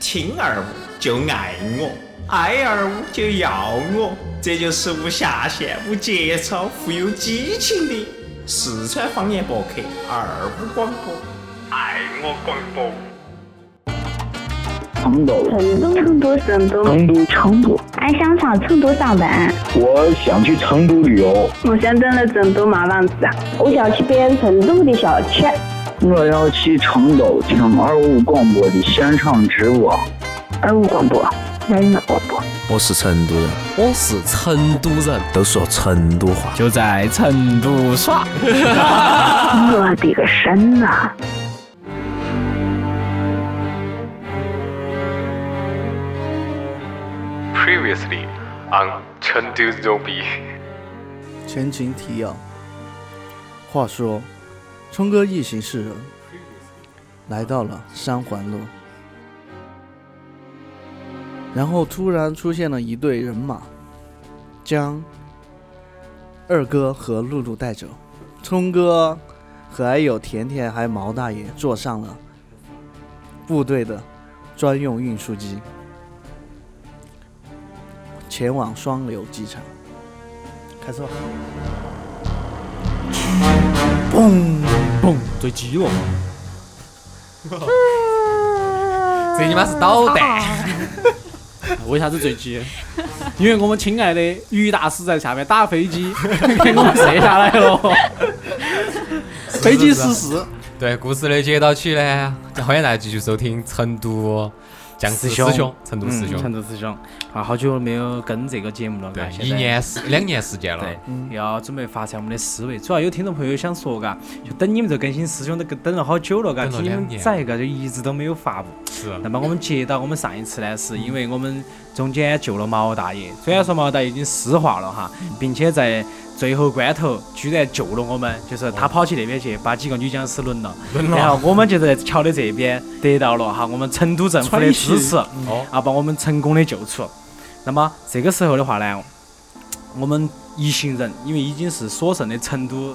听二五就爱我，爱二五就要我，这就是无下限、无节操、富有激情的四川方言博客二五广播，爱我广播。成都，成都，成都，成都，成都，成都，俺想上成都上班，我想去成都旅游，我想整了成都麻房子，我想去变成都的小吃。我要去成都听二五广播的现场直播。二五广播，人人广播。我是成都人，我是成都人，都说成都话。就在成都耍。我的个神呐、 Previously on Chengdu Zombie，前情提要。话说，冲哥一行四人来到了三环路，然后突然出现了一队人马，将二哥和露露带走。冲哥还有甜甜还毛大爷坐上了部队的专用运输机，前往双流机场。开车吧。嘣，坠机了。这你妈是导弹！为啥子坠机？因为我们亲爱的于大师在下面打飞机，给我们射下来了。飞机失事，对故事的接到起呢，欢迎大家继续收听成都僵尸师师兄兄，成都师兄，嗯成都师兄啊，好久没有跟这个节目了，对嘎，啊现在一年时两年时间了，对，要准备发散我们的思维。主要有听众朋友想说，嘎，就等你们这更新师兄都等了好久了，嘎，等了听你两们年在嘎就一直都没有发布。是啊那么我们接到我们上一次呢，是因为我们中间救了毛大爷，虽然说毛大爷已经石化了哈，并且在最后关头居然救了我们，就是他跑去那边去把几个女僵尸轮了，轮然哦了，后我们就在桥的这边得到了哈我们成都政府的支持，哦，啊，把我们成功的救出。那么这个时候的话呢，我们一行人因为已经是所剩的成都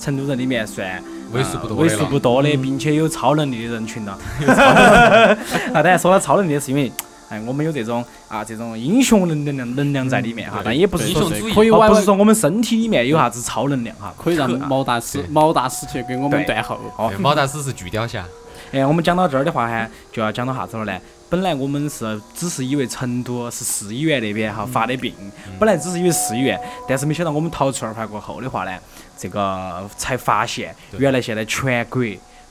成都人里面算为数不多啊为的数不了，多的，并且有超能力的人群了。 啊，当然说到超能力，是因为哎，我们有这种啊这种英雄能能量能量在里面哈，但也不是英说雄主义可以啊玩不，是说我们身体里面有啥子超能量哈。可以让毛大师对毛大师去给我们对断后。哦对，毛大师是巨雕侠，哎，我们讲到这儿的话哈，就要讲到啥子了呢？本来我们是只是以为成都是市医院那边哈发的病，本来只是以为市医院，但是没想到我们逃出二环过后的话呢，这个才发现对原来现在全国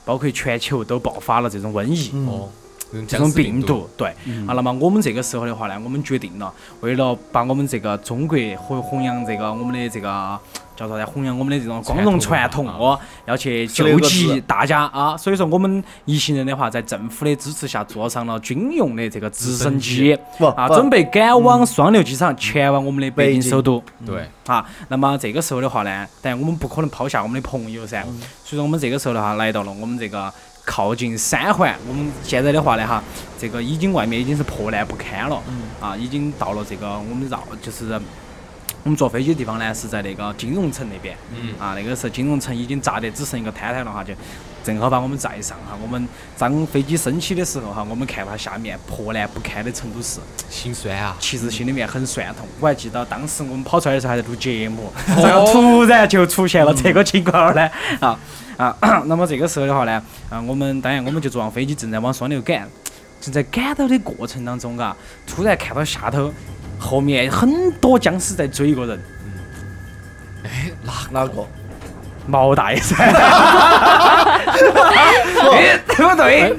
包括全球都爆发了这种瘟疫。哦，这嗯这种病病毒，，对，啊，那么我们这个时候的话呢，我们决定了，为了把我们这个中国和弘扬这个我们的这个叫啥呢？弘扬我们的这种光荣传统传统哦，要去救16个字济大家啊。所以说，我们一行人的话，在政府的支持下，坐上了军用的这个直升机不啊，不准备赶往双流机场，前往我们的北北京京首都。对，啊，那么这个时候的话呢，但我们不可能抛下我们的朋友噻，所以说我们这个时候的话来到了我们这个靠近三环，我们现在的话呢哈，这个已经外面已经是破烂不堪了，啊，已经到了这个我们绕就是。我们坐飞机的地方呢是在那个金融城那边，嗯啊，那个时候金融城已经炸得只剩一个摊摊了哈，就正好把我们载上哈。我们当飞机升起的时候哈，我们看到下面破烂不堪的成都市，心酸啊，其实心里面很酸痛。我还记到当时我们跑出来的时候还在录节目，然后突然就出现了这个情况呢，啊啊，那么这个时候的话呢，啊，我们当然我们就坐上飞机，正在往双流赶，正在赶到的过程当中，嘎，突然看到下头后面很多僵尸在追一个人，哪个？毛大爷噻，哎对不对？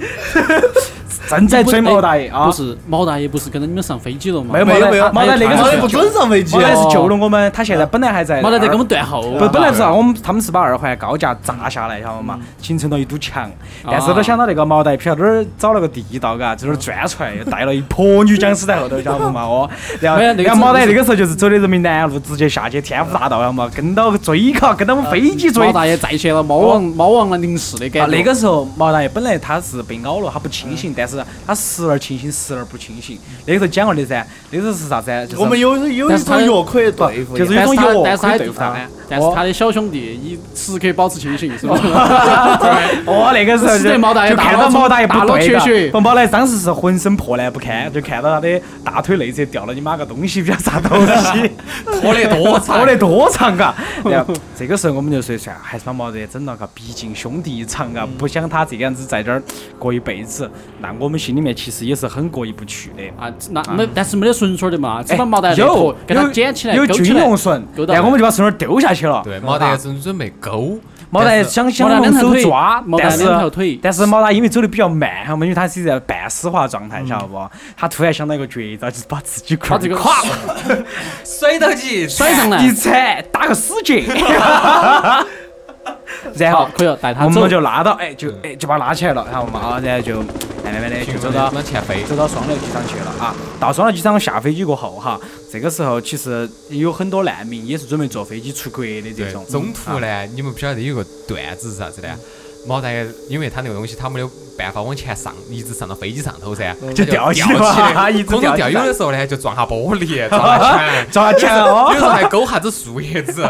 正在追毛大爷啊哎不，是毛大爷不是跟着你们上飞机了吗？没有没有没没有有，毛大爷那个毛时大爷候不准上飞机。毛大爷是救了我们，他现在本来还在毛大爷二给我们断后。不，本来不是啊，我们他们是把二环高架砸下来，晓得嘛，形成了一堵墙。啊但是都想到那个毛大爷不晓得哪儿找了个地道，嘎，在那儿钻出来，又带了一坨女僵尸在后头，晓得不嘛？ 哦，然后哎那个然后毛大爷那个时候就是走的人民南路，直接下去天府大道，晓得嘛？跟到追卡，跟到我们飞机追毛。大爷再现了猫王猫王了零四的啊感，觉。那个时候毛大爷本来他是被咬了，他不清醒，但是他时而清醒，时而不清醒。那个时候讲过的噻，那个时候是啥子啊？就是我们有有一但是他种药可以对付就的，是有但种是药他可但以是他对付他啊。但是他的小兄弟以时刻保持清醒，是吧？ 哦，那个时候是的就毛大爷就大看脑到毛大爷大不脑对缺血了，不毛大爷当时是浑身破烂不堪，就看到他的大腿内侧掉了你妈个东西，不晓得啥东西， 拖得多长拖得多长嘎。然后这个时候我们就说算，了，还是把毛大爷整了嘎，毕竟兄弟一场嗯嘎，不想他这个样子在这儿过一辈子，那我们心里面其实也是很过意不去的。 啊，那没，但是没得纯纯的嘛，只哎把毛带有给他有捡起来，有勾起军来用绳，勾到然后我们就把绳儿丢下去了。对，毛大爷啊准准备勾，毛大爷但是想想毛大爷用两条手腿抓毛，大爷但是两条腿但是毛大爷因为走的比较慢，哈嘛，因为他是在半死滑状态，晓得不？他突然想到一个绝招，就是把自己裤嗯把儿这个咵 甩到起，甩上来一，踩，打个死结， 然好后，可以了带他我走们。就拉到，哎，就哎就把他拉起来了，然后嘛，啊然后就慢慢慢的就走到往前飞。走到双流机场去了啊。到双流机场下飞机过后哈，这个时候其实有很多难民也是准备坐飞机出国的这对种，。啊嗯中途呢，你们不晓得有个段子是啥子呢？毛大爷，因为他那个东西，他没有办法往前上，一直上到飞机上头噻， 他嗯就吊吊起起来，了一直空中吊起吊有来，的时候呢，就撞下玻璃，撞下墙 抓起来哦有时候还勾啥子树叶子。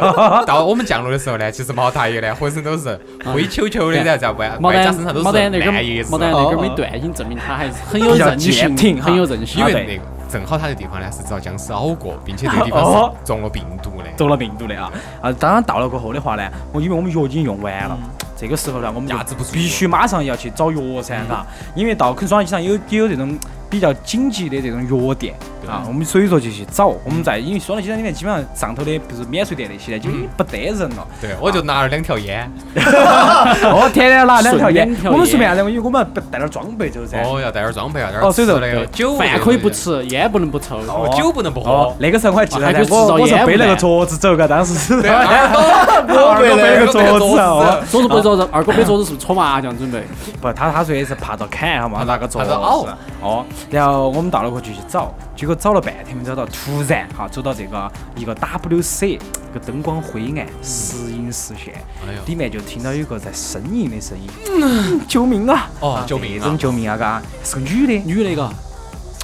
到我们降落的时候呢，其实毛大爷呢，浑身都是啊灰球球的，然后在外毛外蛋哎加身上都毛是蛋那根烂叶子哦毛。蛋那根没断，已经证明他还是很有比较韧性坚，挺哈很有韧性。因为对那个正好他的地方呢是遭僵尸咬过，并且这个地方哦是中了病毒的，中了病毒的啊啊！当然到了过后的话呢，我因为我们药已经用完了，这个时候呢，我们就价值不足必须马上要去找药噻，嘎、因为到肯双机上有也有这种比较紧急的这种药店啊，我们所以说就去找。我们在因为双机场里面基本上上头的不是免税店那些，就已经不得人了。对我就拿了两条烟，哦，天天拿两条顺烟两，条我们随烟便啊，因为我们不带点装备走噻。哦，要带点装备，要带点哦所以说吃的，对酒饭可以不，吃，烟不能不抽。哦酒不能不喝哦，。那个时候我还记哦还得呢可以制，造我我是烟雾背了个弹桌子走，嘎，当时是啊 我背了那个桌子啊桌子 不桌子，二哥背桌子是不是搓麻将准备？不，他他说也是怕到砍，好嘛，怕拿个镯怕子到拗，哦，然后我们到了过去去找，结果找了半天没找到，突然哈走到这个一个 WC，这个灯光灰暗，时隐时现哎呦，嗯里面就听到有个在呻吟的声音，救命啊！哦啊救命啊这种救命啊！嘎，是个女的，女的嘎，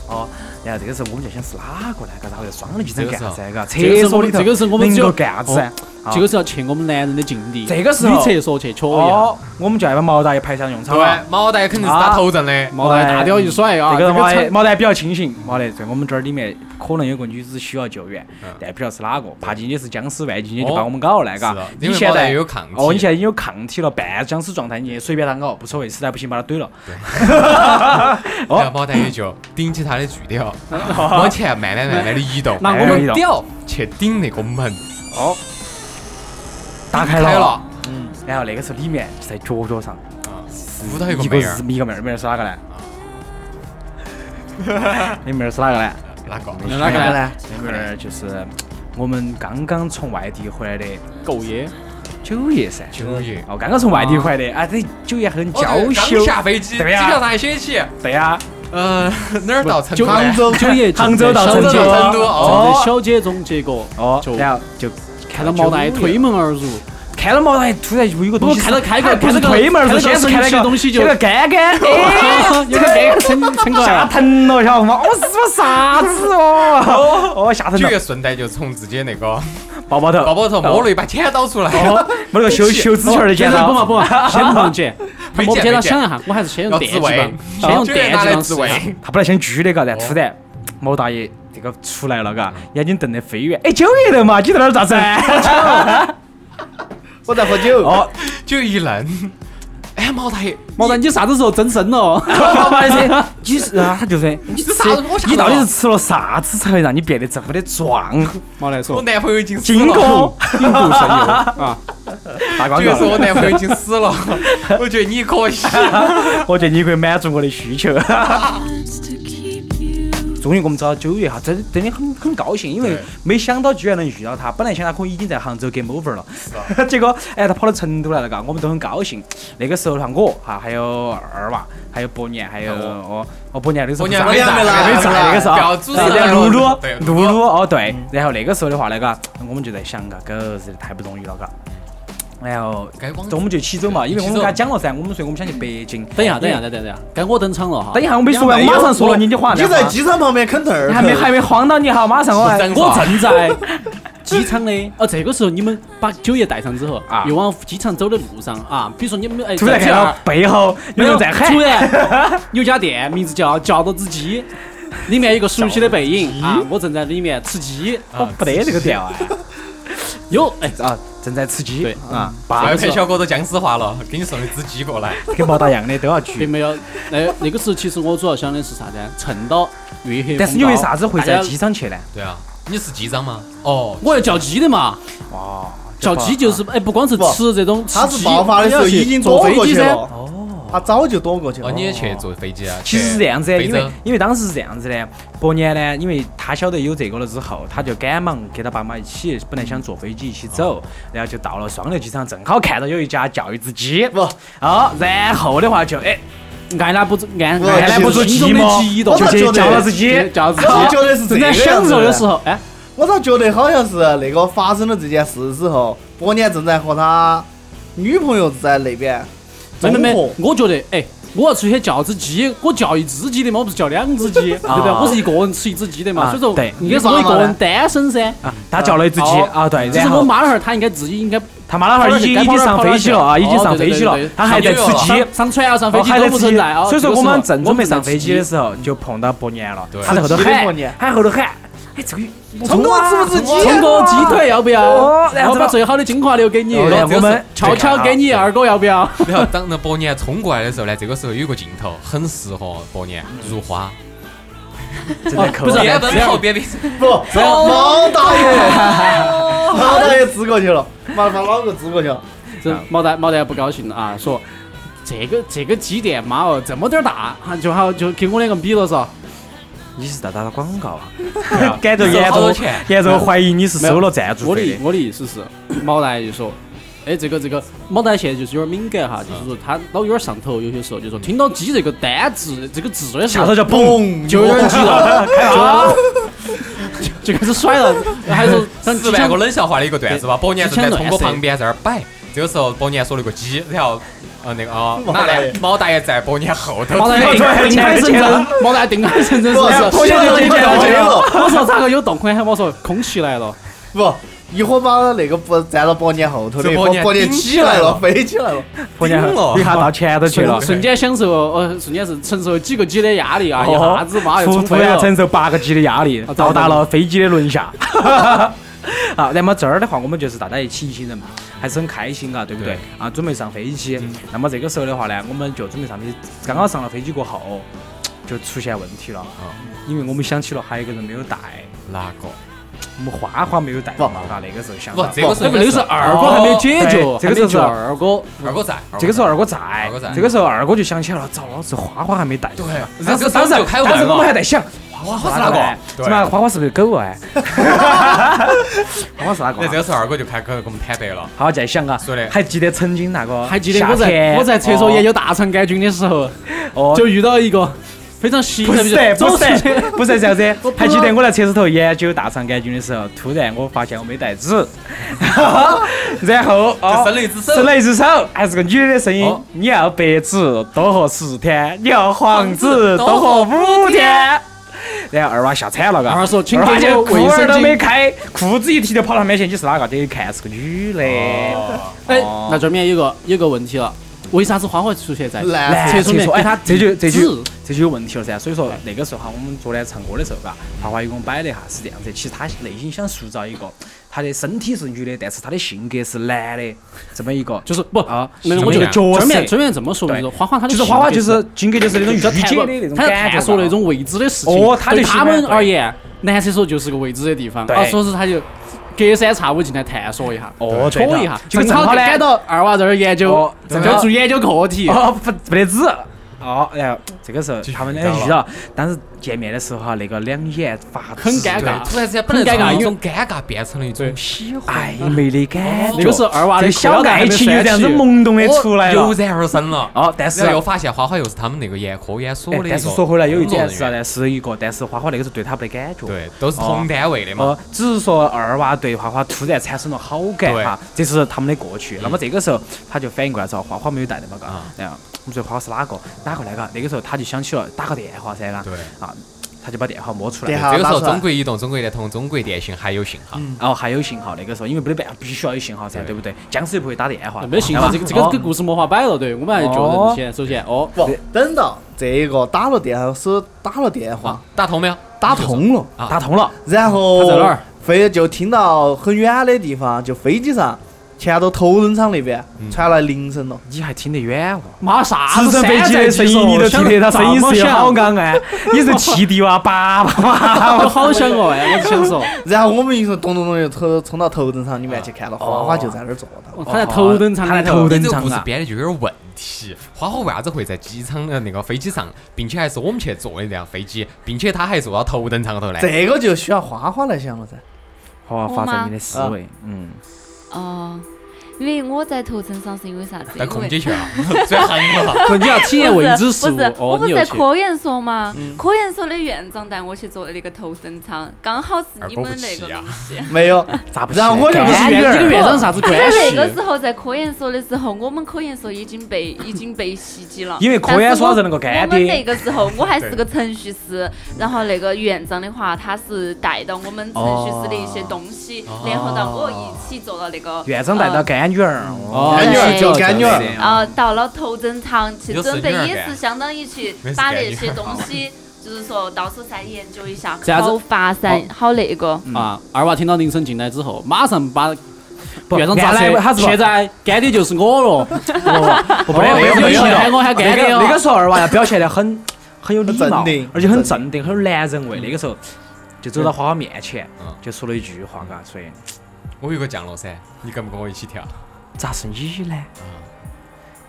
哦，然后这个时候我们就想是哪个呢？嘎，然后在双人机上这个干时候噻？嘎，这个厕是我所里们头这个是我们能只有够干啥子噻哦？啊这个是要去我们男人的禁地，这个时女候厕所去瞧一下。哦，我们就要把毛大爷派上用场了。对，毛大爷肯定是打头阵的。毛蛋大雕一甩啊，这个毛菜毛蛋比较清醒，毛蛋在我们这儿里面可能有个女子需要救援，嗯但不晓得是哪个，怕进去是僵尸，万一进去就把我们搞了，哦是嘎的。因你为现毛蛋在也有抗体哦，你现在已经有抗体了，半僵尸状态，你也随便他搞，无所谓，实在不行把他怼了。嗯然后毛蛋也就顶起他的锯条，往前慢慢慢慢的移动，那我们用屌去顶那个门，哦，打开开了，了，啊然后那个时候里面在角角上扑到一个一妹个儿啊日，一个妹儿，妹儿是哪个呢？ 你妹儿是哪个呢？哪个？哪个呢？那妹儿就是我们刚刚从外地回来的够耶！九爷噻。九爷。哦，刚刚从外地回来的，啊，这酒也很娇羞哦刚。下飞机，机对呀票上还写起，对啊呀，呃，哪儿到成都来？九爷杭州到正成在都，成都小街正在哦小街中结果哦就，然后就看到毛蛋蛋推，门而入，看到毛蛋突然有一个东西，不看到开个不是看到个推门，是先看到个是看那神奇个的东西就那个杆杆，哎，有点 这个撑撑过吓来。疼了，晓得吗？我是我啥子哦？哦，吓疼九了，爷顺带就从自己那个抱抱头，包包头摸了一把剪刀出来，哦，没那个修修指甲的哦剪先不刀嘛，不嘛，先不用剪，他没摸不剪剪没刀剪想一下，我还是先用要电自击卫吧，，先哦用九爷电拿击来让自试一下卫。他本来想狙的，嘎，但突然毛大爷这个出来了，嘎，眼睛瞪得飞远，哎，九爷的嘛，你在那儿咋子？我在喝酒。哦， 就一愣，哎，毛大爷，毛蛋，你啥子时候增生 了？你是啊，他就说你 这吃啥子我吓你到到底了是吃了啥子才会让你变得这么的 壮？毛蛋我说，男朋友已经死经了。 过引入神游啊，打广这个是告我，男朋友已经死了，我觉得你可惜。 我觉得你可以满足我的需 求。终于我们找到九月哈，真真的很很高兴，因为对没想到居然能遇到他。本来想他可能已经在杭州 game over 了， 结果哎他跑到成都来了，嘎，我们都很高兴。那个时候的话，我哈还有二娃，还有伯年，还有还有哦哦伯年那个时候伯年不在没在没在那个时候表主持人啊，然后露露对露露哦对，然后那个时候的话，那个我们就在想嘎，狗日的太不容易了嘎。然后该广州我们就齐州嘛，因为我们齐州跟他讲了噻，我们说我们想去北京。等一下，等一下，等一下，等一下，该我登场了哈。等一下，我没说完，我马上说了，你你晃你两下在机场旁边啃豆儿，还没还没慌到你哈，马上哦我不来整我正在 机场的，哦，这个时候你们把九爷带上之后啊，又往机场走的路上啊，比如说你们哎，突然在看这儿到背后有没人有在喊突，然 有家店名字叫叫到之鸡，里面有个熟悉的背影啊，我正在里面吃鸡，我 嗯哦不得这个调 啊哟，哎，啊！正在吃鸡对啊，外八派小哥都僵尸化了，给你送一只鸡过来。跟毛大样的都要聚并。没有。那那个时候，其实我主要想的是啥子？趁到月黑风高，但是你为啥子会大在家机？场去呢？对啊，你是机长吗？哦，我要叫鸡的嘛，哇，叫鸡就是哎，不光是吃这种，他吃是鸡爆发的时候你要已去经坐躲飞过机去噻了，。哦，他早就躲过去了。哦，你也去坐飞机啊？其实是去这样子，非因为洲因为当时是这样子的，伯年呢，因为他晓得有这个了之后，他就赶忙跟他爸妈一起，本来想坐飞机一起哦走，然后就到了双流机场，正好看到有一家叫一只鸡，不，哦，然后的话就哎，按捺不住，按我按捺不住哎其心实中的寂寞激动，我就咋去觉得叫了只鸡，叫自我己觉得是正在这个样享子受的的时候，哎，我咋觉得好像是那个发生了这件事之后，伯年正在和他女朋友在那边没综没合哦没，，我觉得哎。我要出去叫只鸡，我叫一只鸡的嘛，我不是叫两只鸡，对不 对？啊我是一个人吃一只鸡的啊嘛，所以说对应该是我一个人单身噻。啊，他叫了一只鸡哦啊，对，其然实我后妈那会儿她应该自己应该他妈老汉儿已经跑已哪经儿去哦上飞机了哦啊，已经上飞机了，他还在吃鸡。上上船啊，上飞哦机还都在不吃存鸡在啊。所以说这个我时候们正准备上飞机的候，时候就碰到伯年了对，他在后头吃鸡的喊伯年，他后头喊，哎，这个冲我吃不吃鸡？冲个鸡腿要不要？哦然后我把最好的精华留给你，哦然后我们啊悄悄给你二哥要不要？然后当那伯年冲过来的时候呢，这个时候有一个镜头很适合伯年如花，正在扣不是边奔这样跑边边不，毛大爷，毛大爷支过去了，把把老哥支过去了。这啊毛蛋毛蛋不高兴了啊，说这个这个鸡店妈哦这么点儿大，啊就好就跟我两个比了嗦。你是在打打广告啊？ 感觉严 收好多重钱严重怀疑你是收了赞助我的费意的。我的意思是，毛蛋就说。哎，这个这个，毛蛋现在就是有点敏感哈，就是嗯说他老有点上头，有些时候就说听到“鸡”这个单字，这个字的时下候头，就嘣，就有点 激啊动，就就开始甩了，还是像十万个冷笑话的一个段子吧。伯年正在冲我鸡枪旁边在那儿摆，这个时候伯年说了个鸡，然后呃那个哦，毛哪大爷来毛大爷在伯年后头，毛蛋定定海神针，毛蛋定海神针是不是？我说咋个有洞喊我说空气来了，不，一会儿把那个不站到伯年后头的，这一伯会年儿伯年顶起起来来了了，飞起来了。伯年顶了一下到前头去了瞬。瞬间享受呃，瞬间是承受几个 G 的压力啊，哦一下子妈又突冲突飞然了。承受八个 G 的压力，啊到达了飞机的轮下。 啊，那么这儿的话，我们就是大家一起一行人嘛，还是很开心啊，对不对？对啊，准备上飞机。那么这个时候的话呢，我们就准备上飞机，刚刚上了飞机过后，就出现问题了，因为我们想起了还有一个人没有带，哪个？我们花花没有带不嘛，啊，那个时候想不到，，这个时候哎那个是二哥还没解决，二哥，二哥在，这个时候二二哥在哥在，这个时候二哥就想起来了，糟，老子花花还没带。对当时这个当时当时就开玩当时了我们还在想，哥花花是花哪哪个？个？对什么花花是不是狗哎？ 花花是哪个那这啊？个时候二哥就开口跟我们坦白了，好，在想啊说的，还记得曾经那个还记得我夏在天我在厕所研究大肠杆菌的时候，哦，就遇到一个非常稀不的，是的 不是走出去的不是这样子我，不还记得我在厕所头研究大肠杆菌的时候，突然我发现我没带纸， 然后就哦伸了一只手伸，了一只手，还是个女的的声音哦。你要白纸多活十天，你要黄纸多活五天。然后二娃吓惨了，嘎。二娃说请二娃给就我裤卫生儿都巾没开，裤子一提就跑到他面前，你是哪个？这一看是个女的。哎哦，那这边有个有个问题了，为啥子花花出现在男厕所里面哎，给他这就这纸就这就有问题了噻。所以说那个时候哈，我们昨天唱歌的时候嘎，花花又给我们摆了一下是这样子，其实他内心想塑造一个他的身体是女的，但是他的性格是男的这么一个，就是不啊，那这我么一觉个得角这色面。这面这么说，就对是花花他的就是花花就是性格就是那种御姐的那种他感觉探嘛索那种未知的事情。哦他对就喜他欢们对而言，男厕所就是个未知的地方，对啊，所以说他就隔三差五进来探索一下，哦戳对的一下，就正正好好呢赶到二娃这儿研究哦，正正好好哦做研究课题，哦，不没得纸，哦，然后这个时候就他们遇哎到了遇到，当时见面的时候哈，那个两眼发直很尴对尬，突然之间很本来尴尬，从一因为种尴尬变成了一种对喜欢，暧昧的感觉，哦那个时候二娃这的个小爱情就这样子萌。萌动的出来油了。然而生了。哦，但是然后又发现花花又是他们那个研科研所哎的一个但是说回来有一点工是作啥人员呢？是一个，但是花花那个时候对他没得感觉。对，都是同单位的嘛。哦，只是说二娃对花花突然产生了好感对哈，这是他们的过去。嗯那么这个时候他就反应过来之后，花花没有带的嘛，嘎啊，然后我们说花花是哪个？哪个来个？那个时候他就想起了打个电话噻，嘎，对啊，他就把电话摸啊出来嗯电了。话这个时拿候，出来中国移动、中国联通、中国电信还有信号，然后哦还有信号，那个时候因为没得办法，必须要有信号噻，对对不对？僵尸又不会打电话，没信号，对这吧个这个哦跟故事魔法摆了，对我们还觉得先首先哦，不，等到这一个打了电话是打了电啊话，打通没有？打通了，啊打通了，然后他在哪儿飞就听到很远的地方，就飞机上前头头等舱那边嗯传来铃声了。你还听得远哦。妈啥直子升飞机的声音，你都听得到，声音是有好安感，安，你是汽笛哇，叭叭叭，我好想哦，哎，我就想说，然后我们一说咚咚咚就冲冲到头等舱里面去哦看到花花就在那儿坐着。哦 他在头等舱他在里头头，等哎这个舱故事啊。编的就有点问题。花花为啥子会在机场呃那个飞机上，并且还是我们去坐的那辆飞机，并且他还坐到头等舱头呢？这个就需要花花来想了噻。好，发展你的思维，嗯，哦，因为我在头等舱是因为啥子？带因空为姐 去了，转行了。不，你要体验未知事物不是，我哦，不你是又在去，科研所嘛？嗯科研所的院长带我去坐的那个头等舱，刚好是你啊们那个耳东西。没有，咋不然后我就不哎是你院跟长，院 长啥子关 在那系？个时候，在科研所的时候，我们科研所已经被已经被袭击了，因为科研所是那个但是我我干们那的，个时候我还是个程序师，然后那个院长的话，他是带到我们程序师的一些东西，联合到我一起做到那个院长带啊到呃干女儿，哦，干女儿对就干女儿，然后到了头等舱去有准备神，经也儿是感相当于去没事把干那一些会儿东好了西，就是说到手再研究一下，这样子好发散，好那个。啊，二娃听到铃声进来之后，马上把不院长原砸来他车。是吧现在干的就是我了，我不得哦没有有没有钱我还干那的个哦那个时候二娃要表现得很很有礼貌很镇定，而且很镇定，很有男人味。那个时候就走到花花面前嗯，就说了一句话，嘎，所以我有个降落伞，你跟不跟我一起跳？咋是你呢？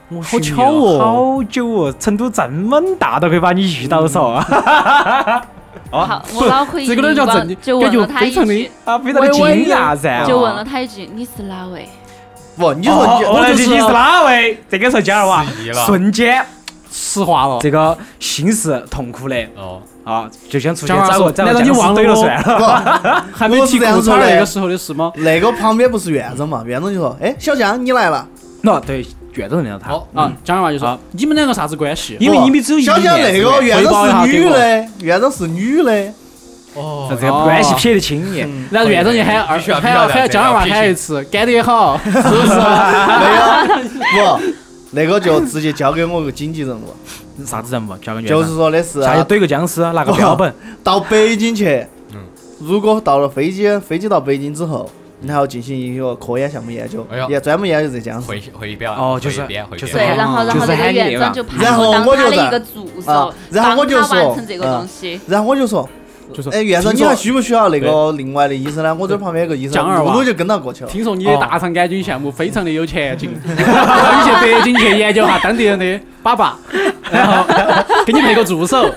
我好寻你巧哦了好久哦，成都这么大都可以把你遇到手啊！ 哦好，我脑壳一这个人晕叫光正，就感问觉了他一非常的句，啊，非常的惊讶噻。哦就问了他一句：“你是哪位 不，你哦，说哦你，我我来就你是是哪位？这个时候嘉儿哇失忆了，瞬间石化了。这个心是痛苦的哦，啊，就想出去嘉儿找个说找个难道你僵尸忘了怼了我算了。 还没提裤衩儿那个时候的事吗？那个旁边不是院长嘛？院长就说：“哎，小江你来了。那对，院长认得他好，啊，江二娃就说你们两个啥子关系？因为你们只有一哦嗯哦小江面那子个院汇报一长下是给女我的，院长是女 的。哦这，个关系撇得清耶。嗯然后院长就喊二必须要喊必须要喊江二娃这样喊一次，干得也好，是不是？没有，不，那个就直接交给我个紧急任务，啥子人物？交给院就是啊长。说的是下去怼个僵尸，拿哦个标本。到北京去嗯。如果到了飞机，飞机到北京之后，你还要进行一个科研项目研究哎呀，也专门研究这僵尸。回回标哦就是回编回就是？” 对，编哦然后然就后是那个喊你院那长个就派然后我当我他就的一在个助啊手，然后我就帮他说完成这个啊东西。然后我就说就说：“哎，院长，听你说还需不需要那个另外的医生呢？我这旁边有个医生江，二娃我就跟到过去了。听说你的大肠杆菌哦项目非常的有前景， 你去北京去研究下当地人的粑粑， 然后给你配个助手，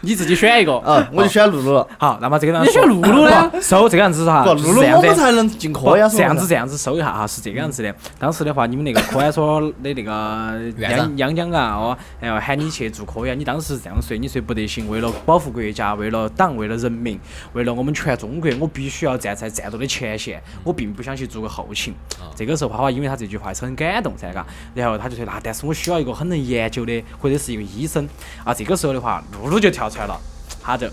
你自己选一个。嗯，我就选露露了。好，那么这个呢？你选露露呢 不？收这个样子哈，不，就是露露这样我子们才能进科研所这样子噻。这样子搜一下啊哈，是这个样子的。当时的话，你们那个科研所的那个呃院央长央讲啊，哦，然后喊你去做科研，你当时是这样说，你说不得行，为了保护国家，为了党，为了人民，为了我们全中国，我必须要站在战斗的前线，我并不想去做个后勤。这个时候，花花因为他这句话是很感动噻，嘎，然后他就说，那但是我需要一个很能研究的，或者是一个医生啊。这个时候的话，露露就跳出来了，他就。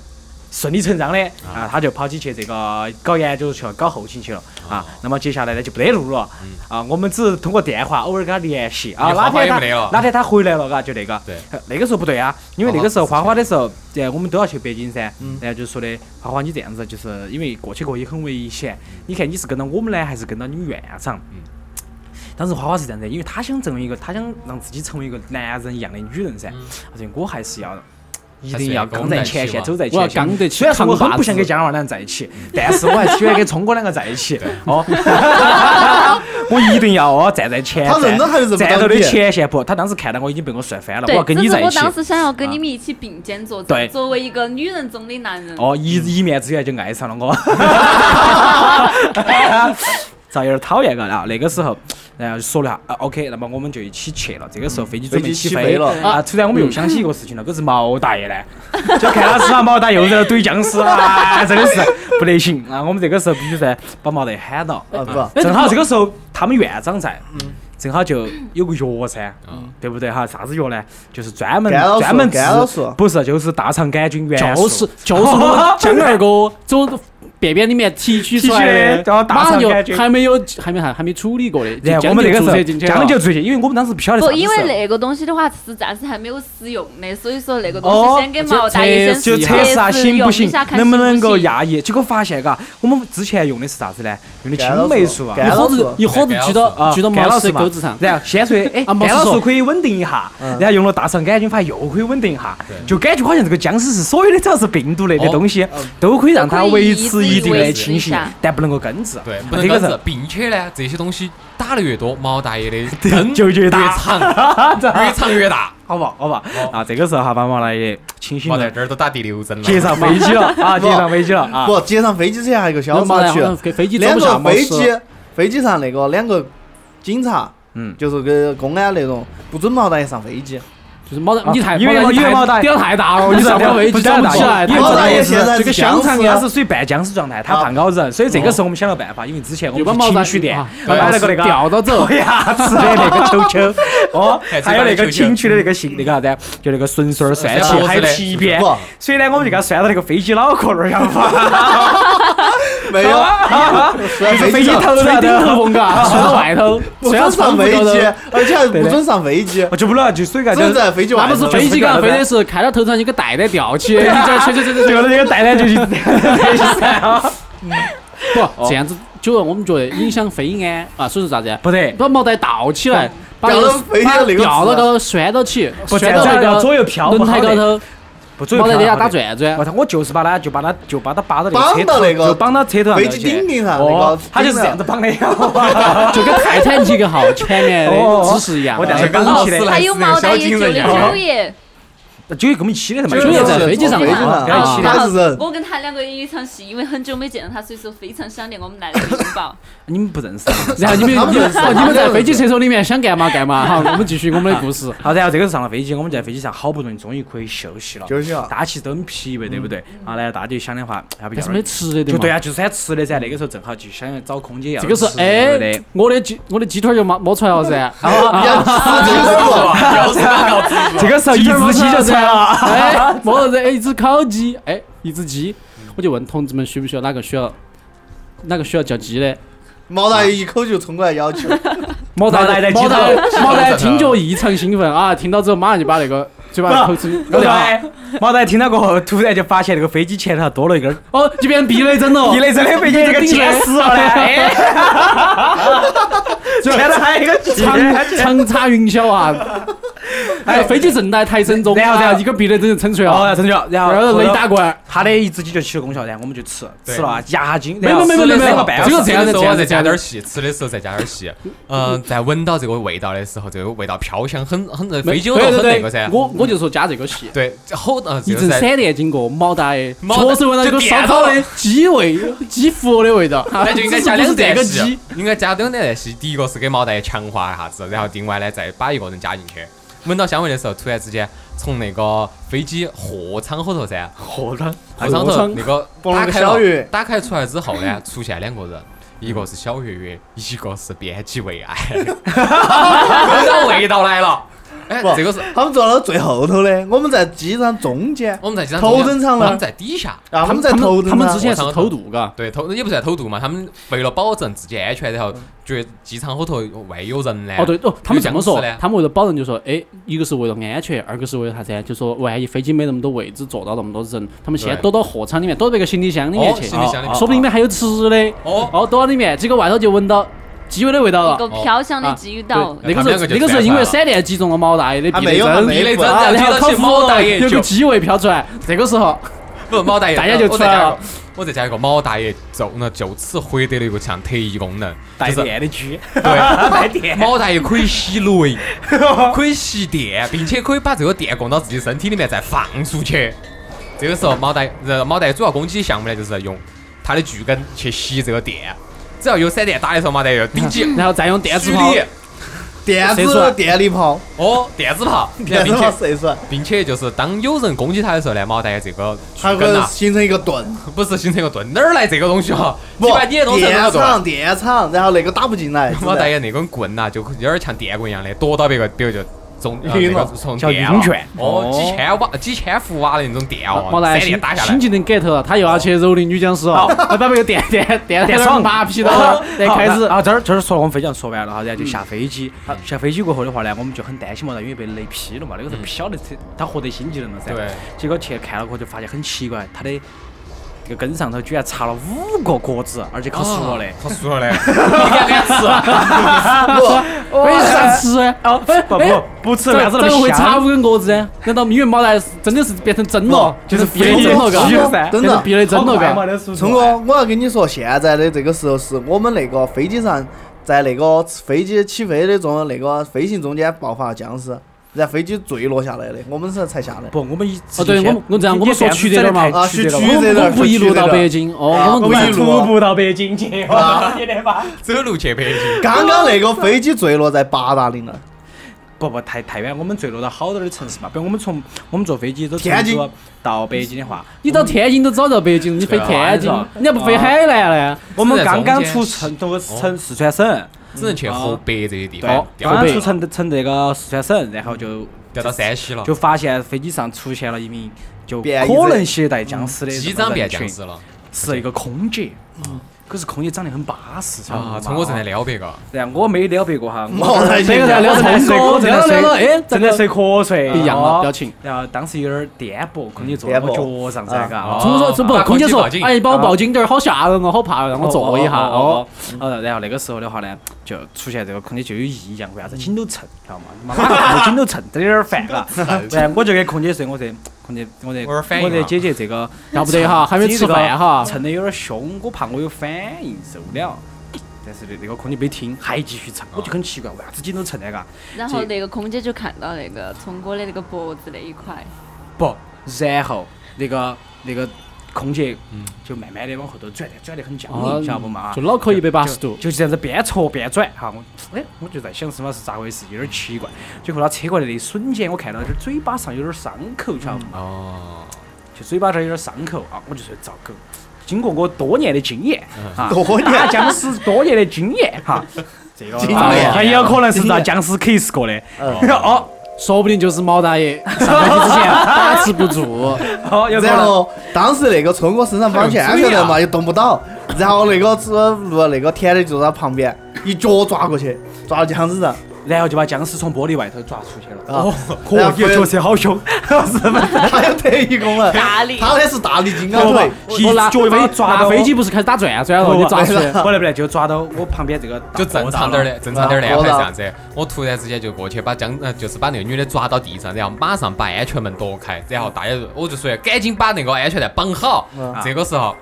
顺理成章的啊，他就跑起去这个搞研究去了，搞后勤去了哦啊。那么接下来呢就没得路了嗯啊，我们只是通过电话偶尔跟他联系啊。你哪花花天哎也他没得了哪天他回来了，嘎，就那个。对呃。那个时候不对啊，因为那个时候花花的时候，呃，我们都要去北京噻。嗯然后就说的花花，你这样子就是因为过去过也很危险，嗯你看你是跟到我们呢，还是跟到你们院长？当时花花是这样子，因为她想成为一个，她想让自己成为一个男人一样的女人噻。她说我还是要一定要刚在前线，走在我要前线。刚得起虽然说我扛把很不想子跟江南娃两个在一起，但是我还是喜欢跟聪哥两个在一起。哦， 我一定要哦站在前他站，认真还是认不到站到的你前线不？他当时看到我已经被我帅翻了，我对要，跟这你是在一我起。当时想要跟啊你们一起并肩作战，对作为一个女人中的男人。哦，一一面之缘就爱上了我， 遭有点讨厌个了啊。那个时候，然后就说了一下啊，OK，那么我们就一起去了。这个时候飞机准备嗯飞机起起飞了啊，突然我们又想起一个事情了，可是毛大爷呢，就看他是啊，毛大爷又在那怼僵尸啊，真的是不得行啊。我们这个时候必须噻把毛大爷喊到，啊不，正哎好这个时嗯候他们院长在，正好就有个药噻，啊对不对哈？啥子药呢？就是专门干扰素专门治干扰素，不是就是大肠杆菌元素，就是就是我们江 二哥走便便里面提取出来提取的然后的，打马上上就感觉还没有还没还还没处理过的，然后就哎我们那个时将就注候射进去了将就注射，因为我们当时不晓得啥不，子因事为儿那个东西的话是暂时还没有使用的，所以说那个东西先给毛大爷先哦就哦就啊测试下啊行用不一行下，看能行不能够行压抑。结果发现，嘎，我们之前用的是啥子呢？用的青霉素啊干。一扰伙素子一伙子举啊到举到干扰毛素石嘛钩子上，然后先说，哎，啊干毛扰丝素说可以稳定一下，然后用了大肠杆菌发又可以稳定一下，就感觉好像这个僵尸是所有的只要是病毒类的东西，都可以让它都可以维一持直一定维的持清一醒下，但不能够根治。啊对，不那这能个根是治，并且呢，这些东西打得越多，毛大爷的 灯就越越大长，越长越大。好吧，好吧哦，啊，这个时候哈，把毛大爷清醒毛在了，这儿都打第六针了，接上飞机了啊，接上飞机了啊。不，接上飞机之前还有一个小然后马插曲，上给飞机装两不下个毛飞石，机飞机上那个两个警察，嗯就是跟公安那种，不准毛大爷上飞机。就是毛啊大你太因为毛大因为你太 毛大爷屌太大了，你上不了飞不机知道装不大起来，因为毛这大爷个现在这个是僵香肠鸭尸是属于半僵尸状态，它啊怕咬人，所以这个时候我们想了办法，因为之前我就把们毛去大情趣店啊买了个那个 吊到走对，呀，吃的那个球球，哦，还有那个还有情趣的那个性那个啥子，啊就那个笋笋儿蒜蒜皮，头还有之类皮鞭不，所以呢，我们就给它拴到那个飞机脑壳那儿，想法， 没有，上就是哎啊飞机上头上顶头的，风嘎，吹到 外头，不吹到准窗上户飞高头机，而且还不准上飞机，哦我就不了，就所以个只就能在飞机那外不头。是飞机嘎，飞的是看到头上有个带带吊起，你这吹吹吹吹最吹，后那个带带 就去飞机散了，哦不这样子，久了我们觉得影响飞安啊，所以说啥子啊？不得。把毛带倒起哦来，把那吊到个飞机把那个吊子到高头拴到起，啊不拴这到样那要个左右飘不轮好胎的高头，不准毛在底下打转。转转我。操！我就是把它就把它就把它扒到那个绑车到头，那个就绑到车头上飞面机去顶顶上那哦个，它就是这样子绑的。哦 就跟泰坦尼克号前面的姿势一样啊我。当时跟跟老老师师来的，还有毛大爷救的九 爷，九爷跟我们一起的嘛，九也爷在飞机上飞机上，嘛然后啊其然他后是人，我跟他两个有一场戏，因为很久没见到他，所以说非常想念我们来的拥抱。你们不认识。 然后你们他们你认们识哦你们在飞机厕所里面想干嘛干嘛哈，我们继续我们的故事。好，然后这个是上了飞机，我们在飞机上好不容易终于可以休息了，休息了大家其实都很疲惫，对不嗯对？啊，然后大家就想的话，要不但要是没吃的对就吗？对啊，就是喊吃的噻。那个时候正好就想要找空姐要这个是吃哎的，，我的鸡我的鸡腿就摸摸出来了噻。哎要吃鸡肉，这个时候一只鸡就出来了。 哎，摸了这一只烤鸡，哎，一只鸡，我就问同志们需不需要哪个需要哪个需要叫鸡的？毛大爷一口就冲过来要求，毛毛大大爷在毛大 鸡爷毛大爷听觉异常兴奋啊！听到之后马上就把那个嘴巴口吃，对，毛大爷听到过后，突然就发现那个飞机前头多了一根儿哦，就变成避雷针了，一类真的被你这个结死了嘞！哎，前头还有一个鸡长长插云霄 啊！哎，飞机正在抬升中，然后然后啊一个避雷针就撑出来哦，了，陈九，然然后后雷打过来。他的一只鸡就起了功效，然后我们就吃，对吃了啊压惊，没有没有没有没有哎半小这时个这样吃的子时候再这加样子点儿戏，吃的时候再加点儿戏。嗯，在闻到这个味道的时候，这个味道飘香，很很飞机有对很对那个对噻，。我我就说加这个戏。啊对，好呃，一这阵个噻，闪电经过，毛大爷毛大确实闻到一就个电到烧烤了的鸡味、鸡脯的味道。 那就应该加 只是两不是这段个戏鸡，，应该加两段戏。第一个是给毛大爷强化一下子，然后另外呢再把一个人加进去。闻到香味的时候，突然之间从那个飞机货舱后头噻，火了，哎货舱头那个蹦了打个开小了鱼，打开出来之后呢，出现两个人。一个是小月月，一个是编辑 为爱，闻到味道来了。哎，不这个是他们坐到最后头的，我们在机场中间，我们在机场头中间等舱了他们在底下，啊，我们在他头们等他们舱之前是偷渡，嘎。对，偷也不是在偷渡嘛，他们为了保证自己安全，然后觉得机场后头万一有人呢。哦对哦，他们这么哎有说僵尸呢，他们为了保证就说，哎，一个是为了安全，二个是为了啥子啊呢？就说万一飞机没那么多位置坐到那么多人，他们先对躲到货舱里面，躲到那个行李箱里面哦去，行李箱里面说不定里面还有吃的。哦哦，躲到里面，结果外头就闻到机油的味道一了啊个。飘香的机油刀，对那他们个两个时候就那个时候因为散闪电击中了毛大爷的他避没雷有针，他没有避雷针啊，然后然后烤去糊毛大了，爷有就个机位飘出来，这个时候不是毛大爷，大家就我出再来加一了个，我再加一个毛大爷就那就此获得了一个像特异功能，带就是电的狙，对，带电。毛大爷可以吸雷，可以吸电，并且可以把这个电供到自己身体里面再放出去。这个时候，毛大呃毛大爷主要攻击项目呢，就是用他的巨根去吸这个电。只要有闪电打的时候，毛大爷就顶起，然后再用电蓄磁炮力，嗯 电射出来子电力炮，哦，电 子炮，并电子炮且射出来，并且就是当有人攻击他的时候呢，毛大爷这个它巨根会呐，形成一个盾。不是形成一个盾，哪儿来这个东西啊哈？不你把你的东西弄电个盾。场电场，然后那个打不进来，毛大爷那根棍呐，就有点像电棍一样的，躲到别个，别个就中呃晕那个了从叫电晕了拳哦，几千瓦、几千伏瓦的那种电哦，毛大爷闪心电打下心来。情能 get 了，他又要去蹂躏女僵尸哦，他把那个电电电电爽爽麻痹到，再开始啊，这儿这儿说了我们飞机上说完了哈，然后就下飞机，下飞机过后的话呢，我们就很担心嘛，因为被雷劈了嘛，那个时候不晓得这他获得新技能了噻。对。结果去看了过后就发现很奇怪，他的这个根上头居然插了五个果子，而且可熟了的。啊他熟了嘞，你敢敢吃啊？为啥吃？哦，不哎不不吃，为啥子那怎么么会插香？五根果子呢？难道因为毛大爷是真的是变成真哦了，就是避雷针了真的啊嘎？真变的成避雷针了嘎？聪哥，我要跟你说，现在的这个时候是我们那个飞机上，在那个飞机起飞的中，那个飞行中间爆发了僵尸，然后飞机坠落下来的，我们是才下来。不，我们一哦，对，我们我这样，我们说曲折点嘛，啊，去曲我折们点我儿，们不一路到北京哦，我我们们一不路徒步到北京去，啊你的 妈！走路去北京，刚刚那个飞机坠落在八达 岭了，不不太太远，我们坠落到好多的城市嘛。比如我们从我们坐飞机都从天津成都到北京的话，你到天津都找到北京，你飞天对津啊，你还不飞海南呢？我们刚刚只能出成都成四川省，只能去河北这些地嗯啊对方，，刚掉刚河北出成成这个四川省，然后就掉到山西了就，发现飞机上出现了一名就便衣可能携带僵尸的这么嗯机长变人群僵尸了是一个空姐。嗯可是空姐长得很巴适，晓得吗啊！从我正在。撩别个，然后我没撩别个哈，毛大爷这个在 聊成功，正聊在着睡聊着，哎，这正在个睡瞌睡，不一样哦了表情。然后当时有点颠簸，空姐坐在颠我簸脚上噻，嘎。啊哦冲说哦这不把，空姐说空姐，抱哎，你帮我报警点儿，好吓人哦，好怕，让我坐一下哦。。呃，然后那个时候的话呢，就出现这个空姐就有异样，为啥子紧都蹭，晓得 嘛？你妈哪个紧都蹭，都有点烦嘎。 然后我就给空姐说，我说空姐，我我有点反说应我了说姐姐这个要不得 哈，还没吃饭哈。蹭的有点凶，我怕我有反应受不了。哎但是那个空姐没听，还继续蹭，我就很奇怪，为啥子紧都蹭的嘎？然后那个空姐就看到那个聪哥的那个脖子那一块，不，然后那个那个空姐就慢慢的往后头转，转得很僵硬，晓得不嘛？啊嗯哦就脑壳一百八十度，就这样子边戳边转哈。我哎，我就在想是嘛是咋回事，有点奇怪。最后他车过来的一瞬间，我看到他嘴巴上有点伤口，晓得吗？哦，嗯就嘴巴这儿有点伤口啊，我就说糟狗。经过我多年的经验 啊，多年打僵尸多年的经验哈，这个经哎啊验很有可能是遭僵尸 kiss 过的。 哦说不定就是毛大爷上飞嗯机之 前把持不住，哦，有可然能。后当时那个聪哥身上绑哎安全带嘛，又动不到，然后那个呃路那个田的就在旁边，一脚抓过去，抓到僵尸人，然后就把僵尸从玻璃外头抓出去了。啊哦，嚯，然后你的角色好凶， 是不是？ 他有特异功能，大力他那是大力金刚腿，一哦我拿脚把飞他抓拿到哦飞机不是开始打转转了，不你抓出来。不来不来，就抓到我旁边这个大就正常点儿的，正常点儿的啊安排我是的啥子？我突然之间就过去把将，呃，就是把那个女的抓到地上，然后马上把安全门夺开，然后大家就我就说赶紧把那个安全带绑好。啊这个时候。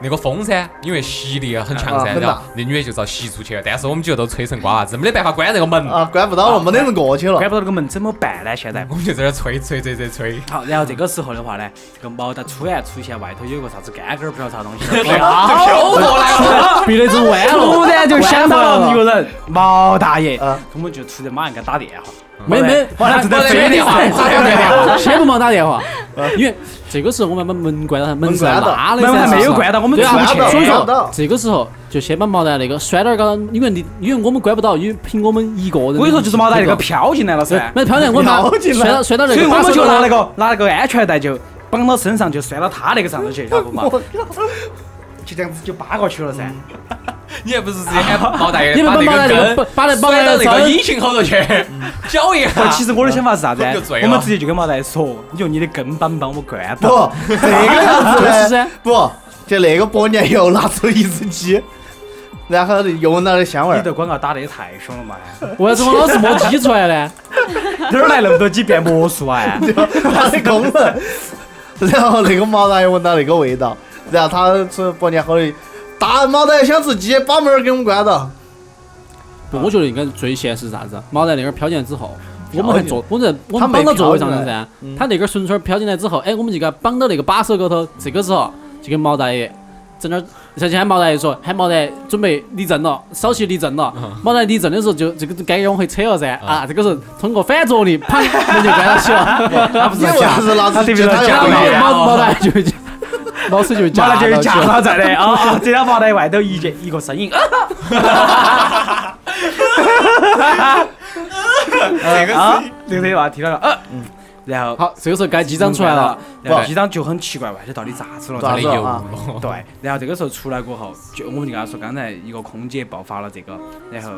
那个风噻，因为吸力很强啊噻，很然大后那女的就遭吸出去了，但是我们几个都吹成瓜娃子，没得办法关这个门，啊，关不到了，没得人过去了关。不到那个门怎么办呢？现在我们就在那儿吹吹吹吹吹，好，然后这个时候的话呢，这个毛蛋突然出现外头有个啥子杆杆儿，不知道啥 东西，哎飘过来了。 避雷针弯了，突然就想到了一个人，毛大爷啊，我们就突然马上给他打电话，没没，完了打正在飞电话，呢打电话， 先不忙打电话，啊因为这个时候我们把门关到，门是关到拉的门噻，还没是有吧关到，我们对啊出不关到去，所关以不说到这个时候就先把毛蛋那个拴点儿高，因为你因为我们关不到，因为凭我们一个人。我跟你说，就是毛蛋那个飘进来了噻，没漂亮，我拿飘进来摔到摔到那所个以我把们手就拿拿那个拿那个安全带就绑到身上，就拴到他那个上头去，晓得不嘛？就这样子就扒过去了�噻。你还不是直接喊毛大爷你们把把毛那大爷个把根把那把摔那到那个绳引擎后头去， 搅一不下。其实我的想法是啥子我就醉？了我们直接就跟毛蛋说，你用你的根棒帮我关不到。，这个样 子就是呢噻，不，就那个伯年又拿出一只鸡，然后油那个香味你儿这。广告打得也太凶了嘛！为什么老是摸鸡出来呢？哪儿来那么多几变魔术啊？他是公了，然后那个毛蛋也闻到那个味道，然后他说半年后的，大毛蛋想吃鸡，把门儿给我们关到。啊不我觉得应该最现实是啥子？毛在那根儿飘进来之后，我们还坐，我们我他没们绑到座位上飘了进来嗯噻。他那根绳圈飘进来之后，哎，我们就给他绑到那个把手高头。这个时候就跟毛大爷在那儿，上去喊毛大爷说，喊毛大爷准备立正了，稍息立正了。嗯毛大爷立正的时候就这个该往回扯了噻啊，这个时候通过反作力，砰，门就关到起了。 他不是他是拿他对鸡，面他是又假回的来呀毛毛毛大爷就。老师就完夹了就是夹了，到这里啊啊！这条毛在外头一见一个身影，这个啊，刘德华听到了，呃，然后好，这个时候该机长出来嗯了，，然后不机长就很奇怪，外头到底咋子了？咋子太油了啊 了。对，然后这个时候出来过后，就我们就跟他说，刚才一个空姐爆发了这个，然后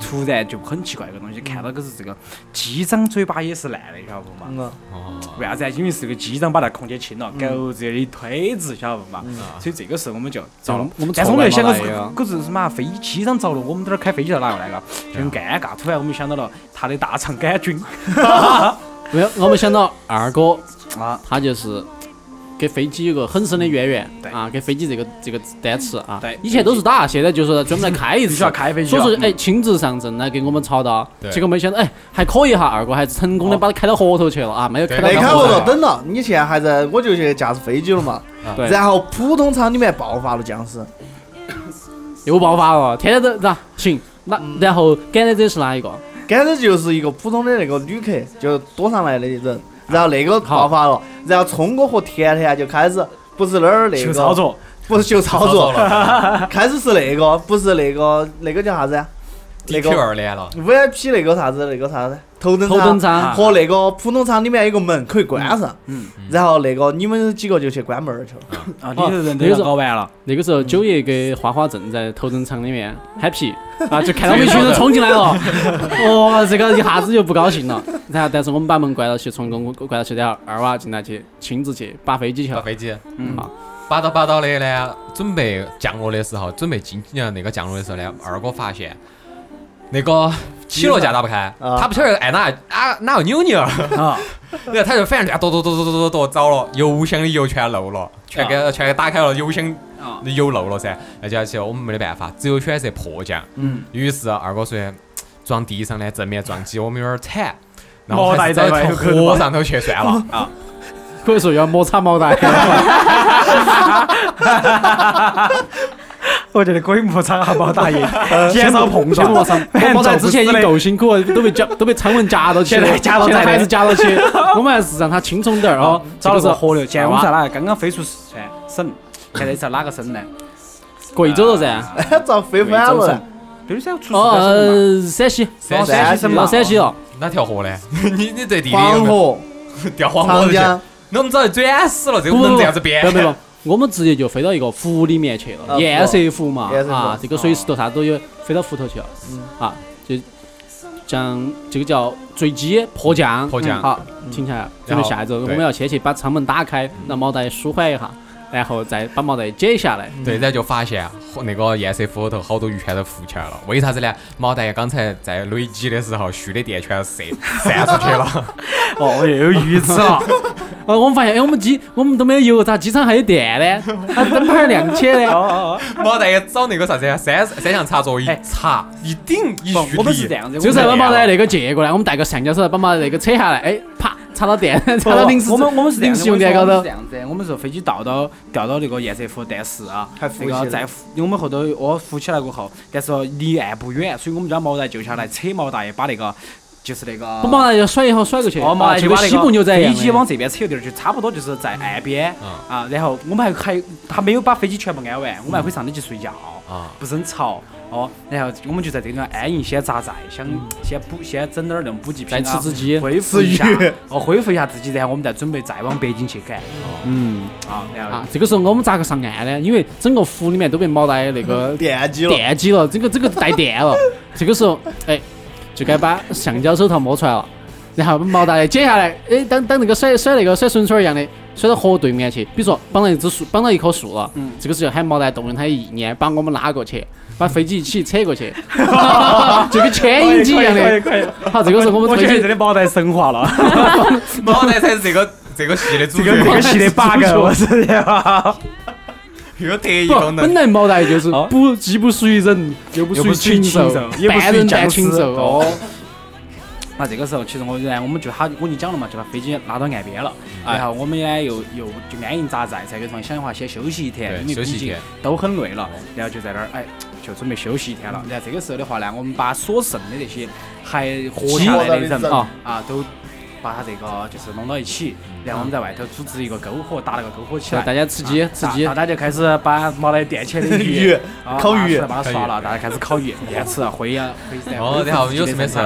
突然就很奇怪一个东西，看到个是这个机长嘴巴也是烂的，晓得不嘛？嗯为啥子啊？因为是个机长把那空姐亲了，狗子一推直，晓得不嗯嘛？所以这个时候我们就遭了。我们但是我们又想到凑是过来了，可是什么飞机长遭了，我们在那儿开飞机到哪个来个，就很尴尬。突然我们想到了他的大肠杆 菌，没有，我们想到二哥 啊，他就是跟飞机有个很深的渊源嗯对啊，跟飞机这个这个单词啊，对以前都是打，现在就是专门来开一必 次须要，开飞机啊所以了。说哎亲自上阵来给我们操刀对，结果没想到哎还可以哈，二哥还是成功哦的把他开到河头去了啊，没有开到没对看河我头说等了，你现在还在，我就现在驾驶飞机了嘛。对然后普通舱里面爆发了僵尸，又爆发了，天天都那行，那嗯然后赶的这是哪一个？刚才就是一个普通的那个旅客就躲上来的人，然后那个爆发了，然后聪哥和甜甜就开始不是那儿那求个操作，不是就操操作作， 开始是那个，不是那个那个叫啥子呀？那第个二年了， VIP 那个啥子啊那个啥子头等头舱等舱，和那个普通舱里面有个门可以关上，然后那个你们几个就去关门儿去了。啊，哦你是人那个都是搞完了，那个时候九爷跟花花正在头等舱里面 happy 啊，就看到我们一群人冲进来 了，哇，这个一下子就不高兴了。然后但是我们把门关到去，成功关到去，然后二娃进来去亲自去扒飞机去坐了。啊飞机。嗯好巴到巴到的呢，准备降落的时候，准备进呃那个降落的时候呢，二哥发现那个起落架打不开，啊他不晓得按哪啊哪个扭钮儿， 啊，然后他就反正这样跺跺跺跺跺跺跺找了，油箱的油全漏了，全给全给打开了，油箱啊的油漏了噻，那就要去我们没得办法，只有选择迫降。嗯，于是二哥说撞地上呢，正面撞击我们有点惨。然毛后还大爷在是找一外头条看着河上头去 算了啊！可以说要摩擦毛带，我觉得可以摩擦下毛大爷，减少碰先撞。 摩擦。毛带之前已经够辛苦了，都被夹都被苍蚊夹到起了，现在夹到现在在还是夹到起。 我们还是让他轻松点儿哦。找了个这个是河流，啊现在我们二在娃哪个？刚刚飞出四川省，现在在哪个省呢？贵州了噻， 遭飞贵反州了省。对噻，出四哦，川省呃哦陕西，山山西到陕西了。哪条河呢？ 你你对地理有黄没有河、 掉黄河长里去？江，那我们早就转死了，这个不不不能不，这样子编。不不不，我们直接就飞到一个湖里面去啊了，堰塞湖嘛堰塞湖啊，这个水石头啥子都有，飞到湖头去了，嗯啊，就像这个叫坠机迫降，迫降嗯好，停下来，准备下一周然我后对嗯们要先去把舱门打开，让毛带舒缓一下，然后再把毛带解 下来。 对，然后就发现嚯那个堰塞湖头好多鱼全都浮起来了，为啥子呢？毛大爷刚才在垒机的时候，蓄的电全射 散出去了。 嘛哦，又有鱼吃了，啊 哦，我们发现，哎，我们机我们都没有油，咋机场还有电呢？啊，灯牌儿亮起哦呢？哦毛大爷找那个啥子三三项插座一插一顶一哦蓄，哎我们是这力，样子，就是我把们毛带那个借过来，我们带个橡胶手把毛带那个扯下来，哎，啪，插到电，插到临 时我们我们是这样临子时用电我高们头是这。样子的，我们说飞机到到掉到那个堰塞湖，但是啊，还浮那起个来在浮因为我们后头我浮起来过后，但是离岸不远，所以我们就把毛大爷救下来，扯毛大爷把那个就是那个不毛大爷甩一下啊甩过去，哦，嘛，就就跟把那西部牛仔一样飞的。机往这边扯有点儿，就差不多就是在岸边嗯啊。然后我们还还他没有把飞机全部安完，我们还可以上去去睡觉啊不是很吵哦。然后我们就在这个地方安逸，先扎寨，想先补先整点儿那种补给品再啊吃，只鸡，恢复一下吃鱼哦，恢复一下自己，然后我们再准备再往北京去赶嗯啊。然后啊，这个时候我们咋个上岸呢？因为整个湖里面都被毛大爷那 个电机了，电击了，这个这个带电了。这个时候，哎，就该把橡胶手套摸出来了，然后把毛大爷解下来，哎，当当那个甩甩那个甩绳圈儿一样的，甩到河对嗯面去。比如说绑到一只树，绑到一棵树了，这个时候喊毛大爷动用他的意念把我们拉过去，把飞机一起扯过 去，就跟哎牵引机一样可以的。可以，可以好，这个时候我我们觉推得起这里毛蛋神话了，毛蛋才是这个这个戏的主这个这角个，系列 bug，我 直接有特异不功，本能。来毛带就是哦不既不属于人，又不属于禽兽又不属于禽兽，也不属于半人僵半尸禽兽哦。 那这个时候，其实我然我们就他我已经讲了嘛，就把飞机拉到岸边了，哎然后我们呢又又就安营扎寨，在这个地方想的话先休息一天，因对，为休毕息一竟天，哦都很累了，然后就在那儿哎就准备休息一天嗯了。然后这个时候的话呢，我们把所剩的那些还活下来的人啊啊都把他这个就是弄到一起，嗯然后我们在外头组织一个篝火，搭了个篝火起来，大家吃鸡，吃鸡大，大家就开始把毛来垫起来的鱼啊烤拿出鱼来把它烤刷鱼了，大家开始烤鱼，边吃啊灰呀灰噻。哦，然后有什么事事？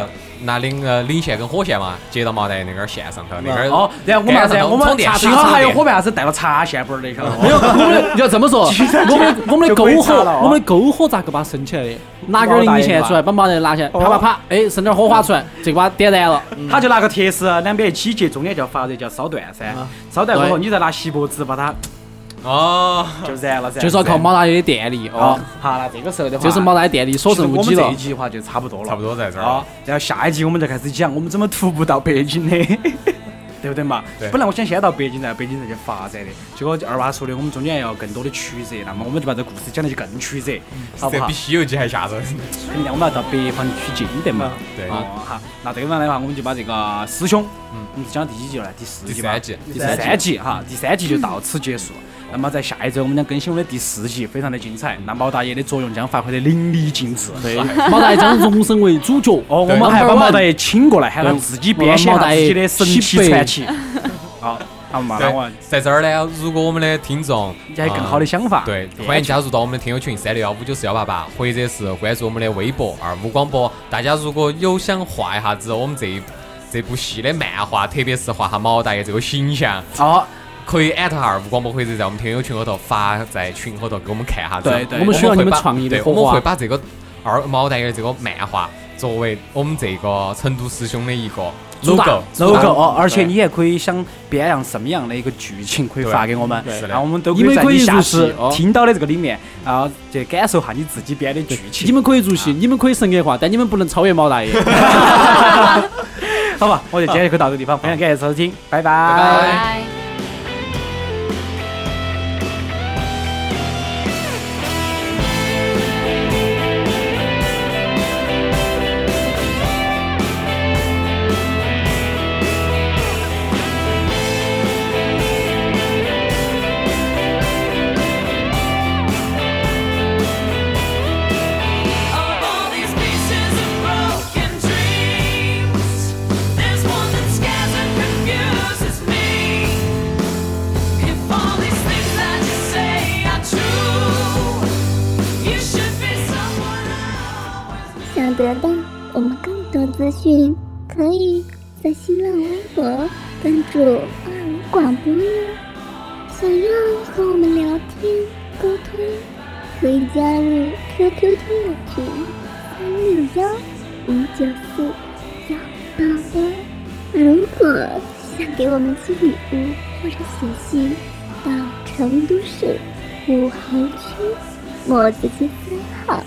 拿领呃领线跟火线嘛，接到毛蛋那根儿线上头，那根儿哦，然后我们杆噻，上我们充电幸好插还有电伙伴是带了插线板儿的，晓得吗？没有，我们的要这么说，我们的我们的就可以篝插了啊火，我们的篝火咋个把它升起来的？拿根零线出来，把毛带拿起来，啪啪啪，哎，生点火花出来，这个把它点燃了。嗯他就拿个铁丝，两边一起结，中间叫发热，叫烧断噻。烧断过后，啊对你再拿锡箔纸把它哦，就燃了噻。就是要靠毛大爷的电力哦哦，。好，那这个时候的话，这是毛大爷电力所其实剩我无们几这了一。集的话就差不多了，差不多在这儿啊。然后下一集我们就开始讲我们怎么徒步到北京的， 对不对嘛？对本来我想先到北京，然后北京再去发展的，结果二娃说的，我们中间要更多的曲折，那么我们就把这故事讲的就更曲折，好不这好比《西游记》还吓人。肯定我们要到北方取经的嘛。 对，哦，好，那这个地方的话，我们就把这个师兄，嗯，我们是讲第几集了？第四第集吧三，季，第三集哈，第三集就到此结束。那么在下一周，我们将更新我们的第四集，非常的精彩。那毛大爷的作用将发挥得淋漓尽致。对，毛大爷将荣升为主角。哦，我们还把毛大爷请过来，喊他自己编写他自己的神奇传奇。好，好嘛，那我对，啊在这儿呢，如果我们的听众你还有更好的嗯想法，对，欢迎加入到我们的听友群三六幺五九四幺八八，或者是关注我们的微博二五广播。大家如果有想画一下子我们这一这部戏的漫画，特别是画下毛大爷这个形象，哦，可以艾特二五广播，或者在我们听友群后头发在群后头给我们看下子。对对我们需要会你们把创意的对火我们会花。把这个二毛大爷的这个漫画作为我们这个成都师兄的一个主打 logo。 logo 哦，而且你也可以想编样什么样的一个剧情，可以对发给我们，啊是的然后我们都你以们在可你以下入期戏哦听到的这个里面，然后去感受下你自己编的剧情。你们可以入戏，你们可以神格化，但你们不能超越毛大爷。好吧，我就今天就到这个地方，非常感谢收听，拜拜拜拜。想得到我们更多资讯，可以在新浪微博关注二五广播哟。想要和我们聊天沟通，可以加入 QQ 听友群三六幺五九四幺八八。如果想给我们寄礼物或者写信，到成都市武侯区墨子街三号。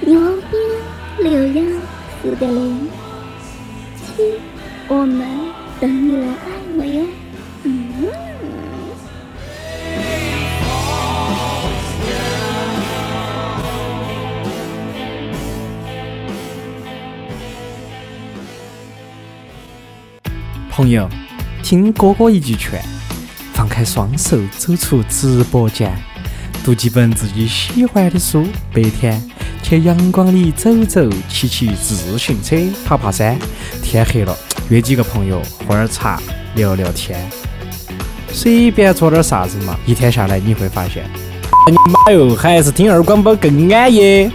牛鞭六幺四个零七，我们等你来爱我哟。嗯。朋友，听哥哥一句劝，放开双手，走出直播间，读几本自己喜欢的书。白天去阳光里走走，骑骑自行车，爬爬山。天黑了，约几个朋友喝点茶，聊聊天，随便做点啥子嘛。一天下来，你会发现，你妈哟，还是听二广播更安逸。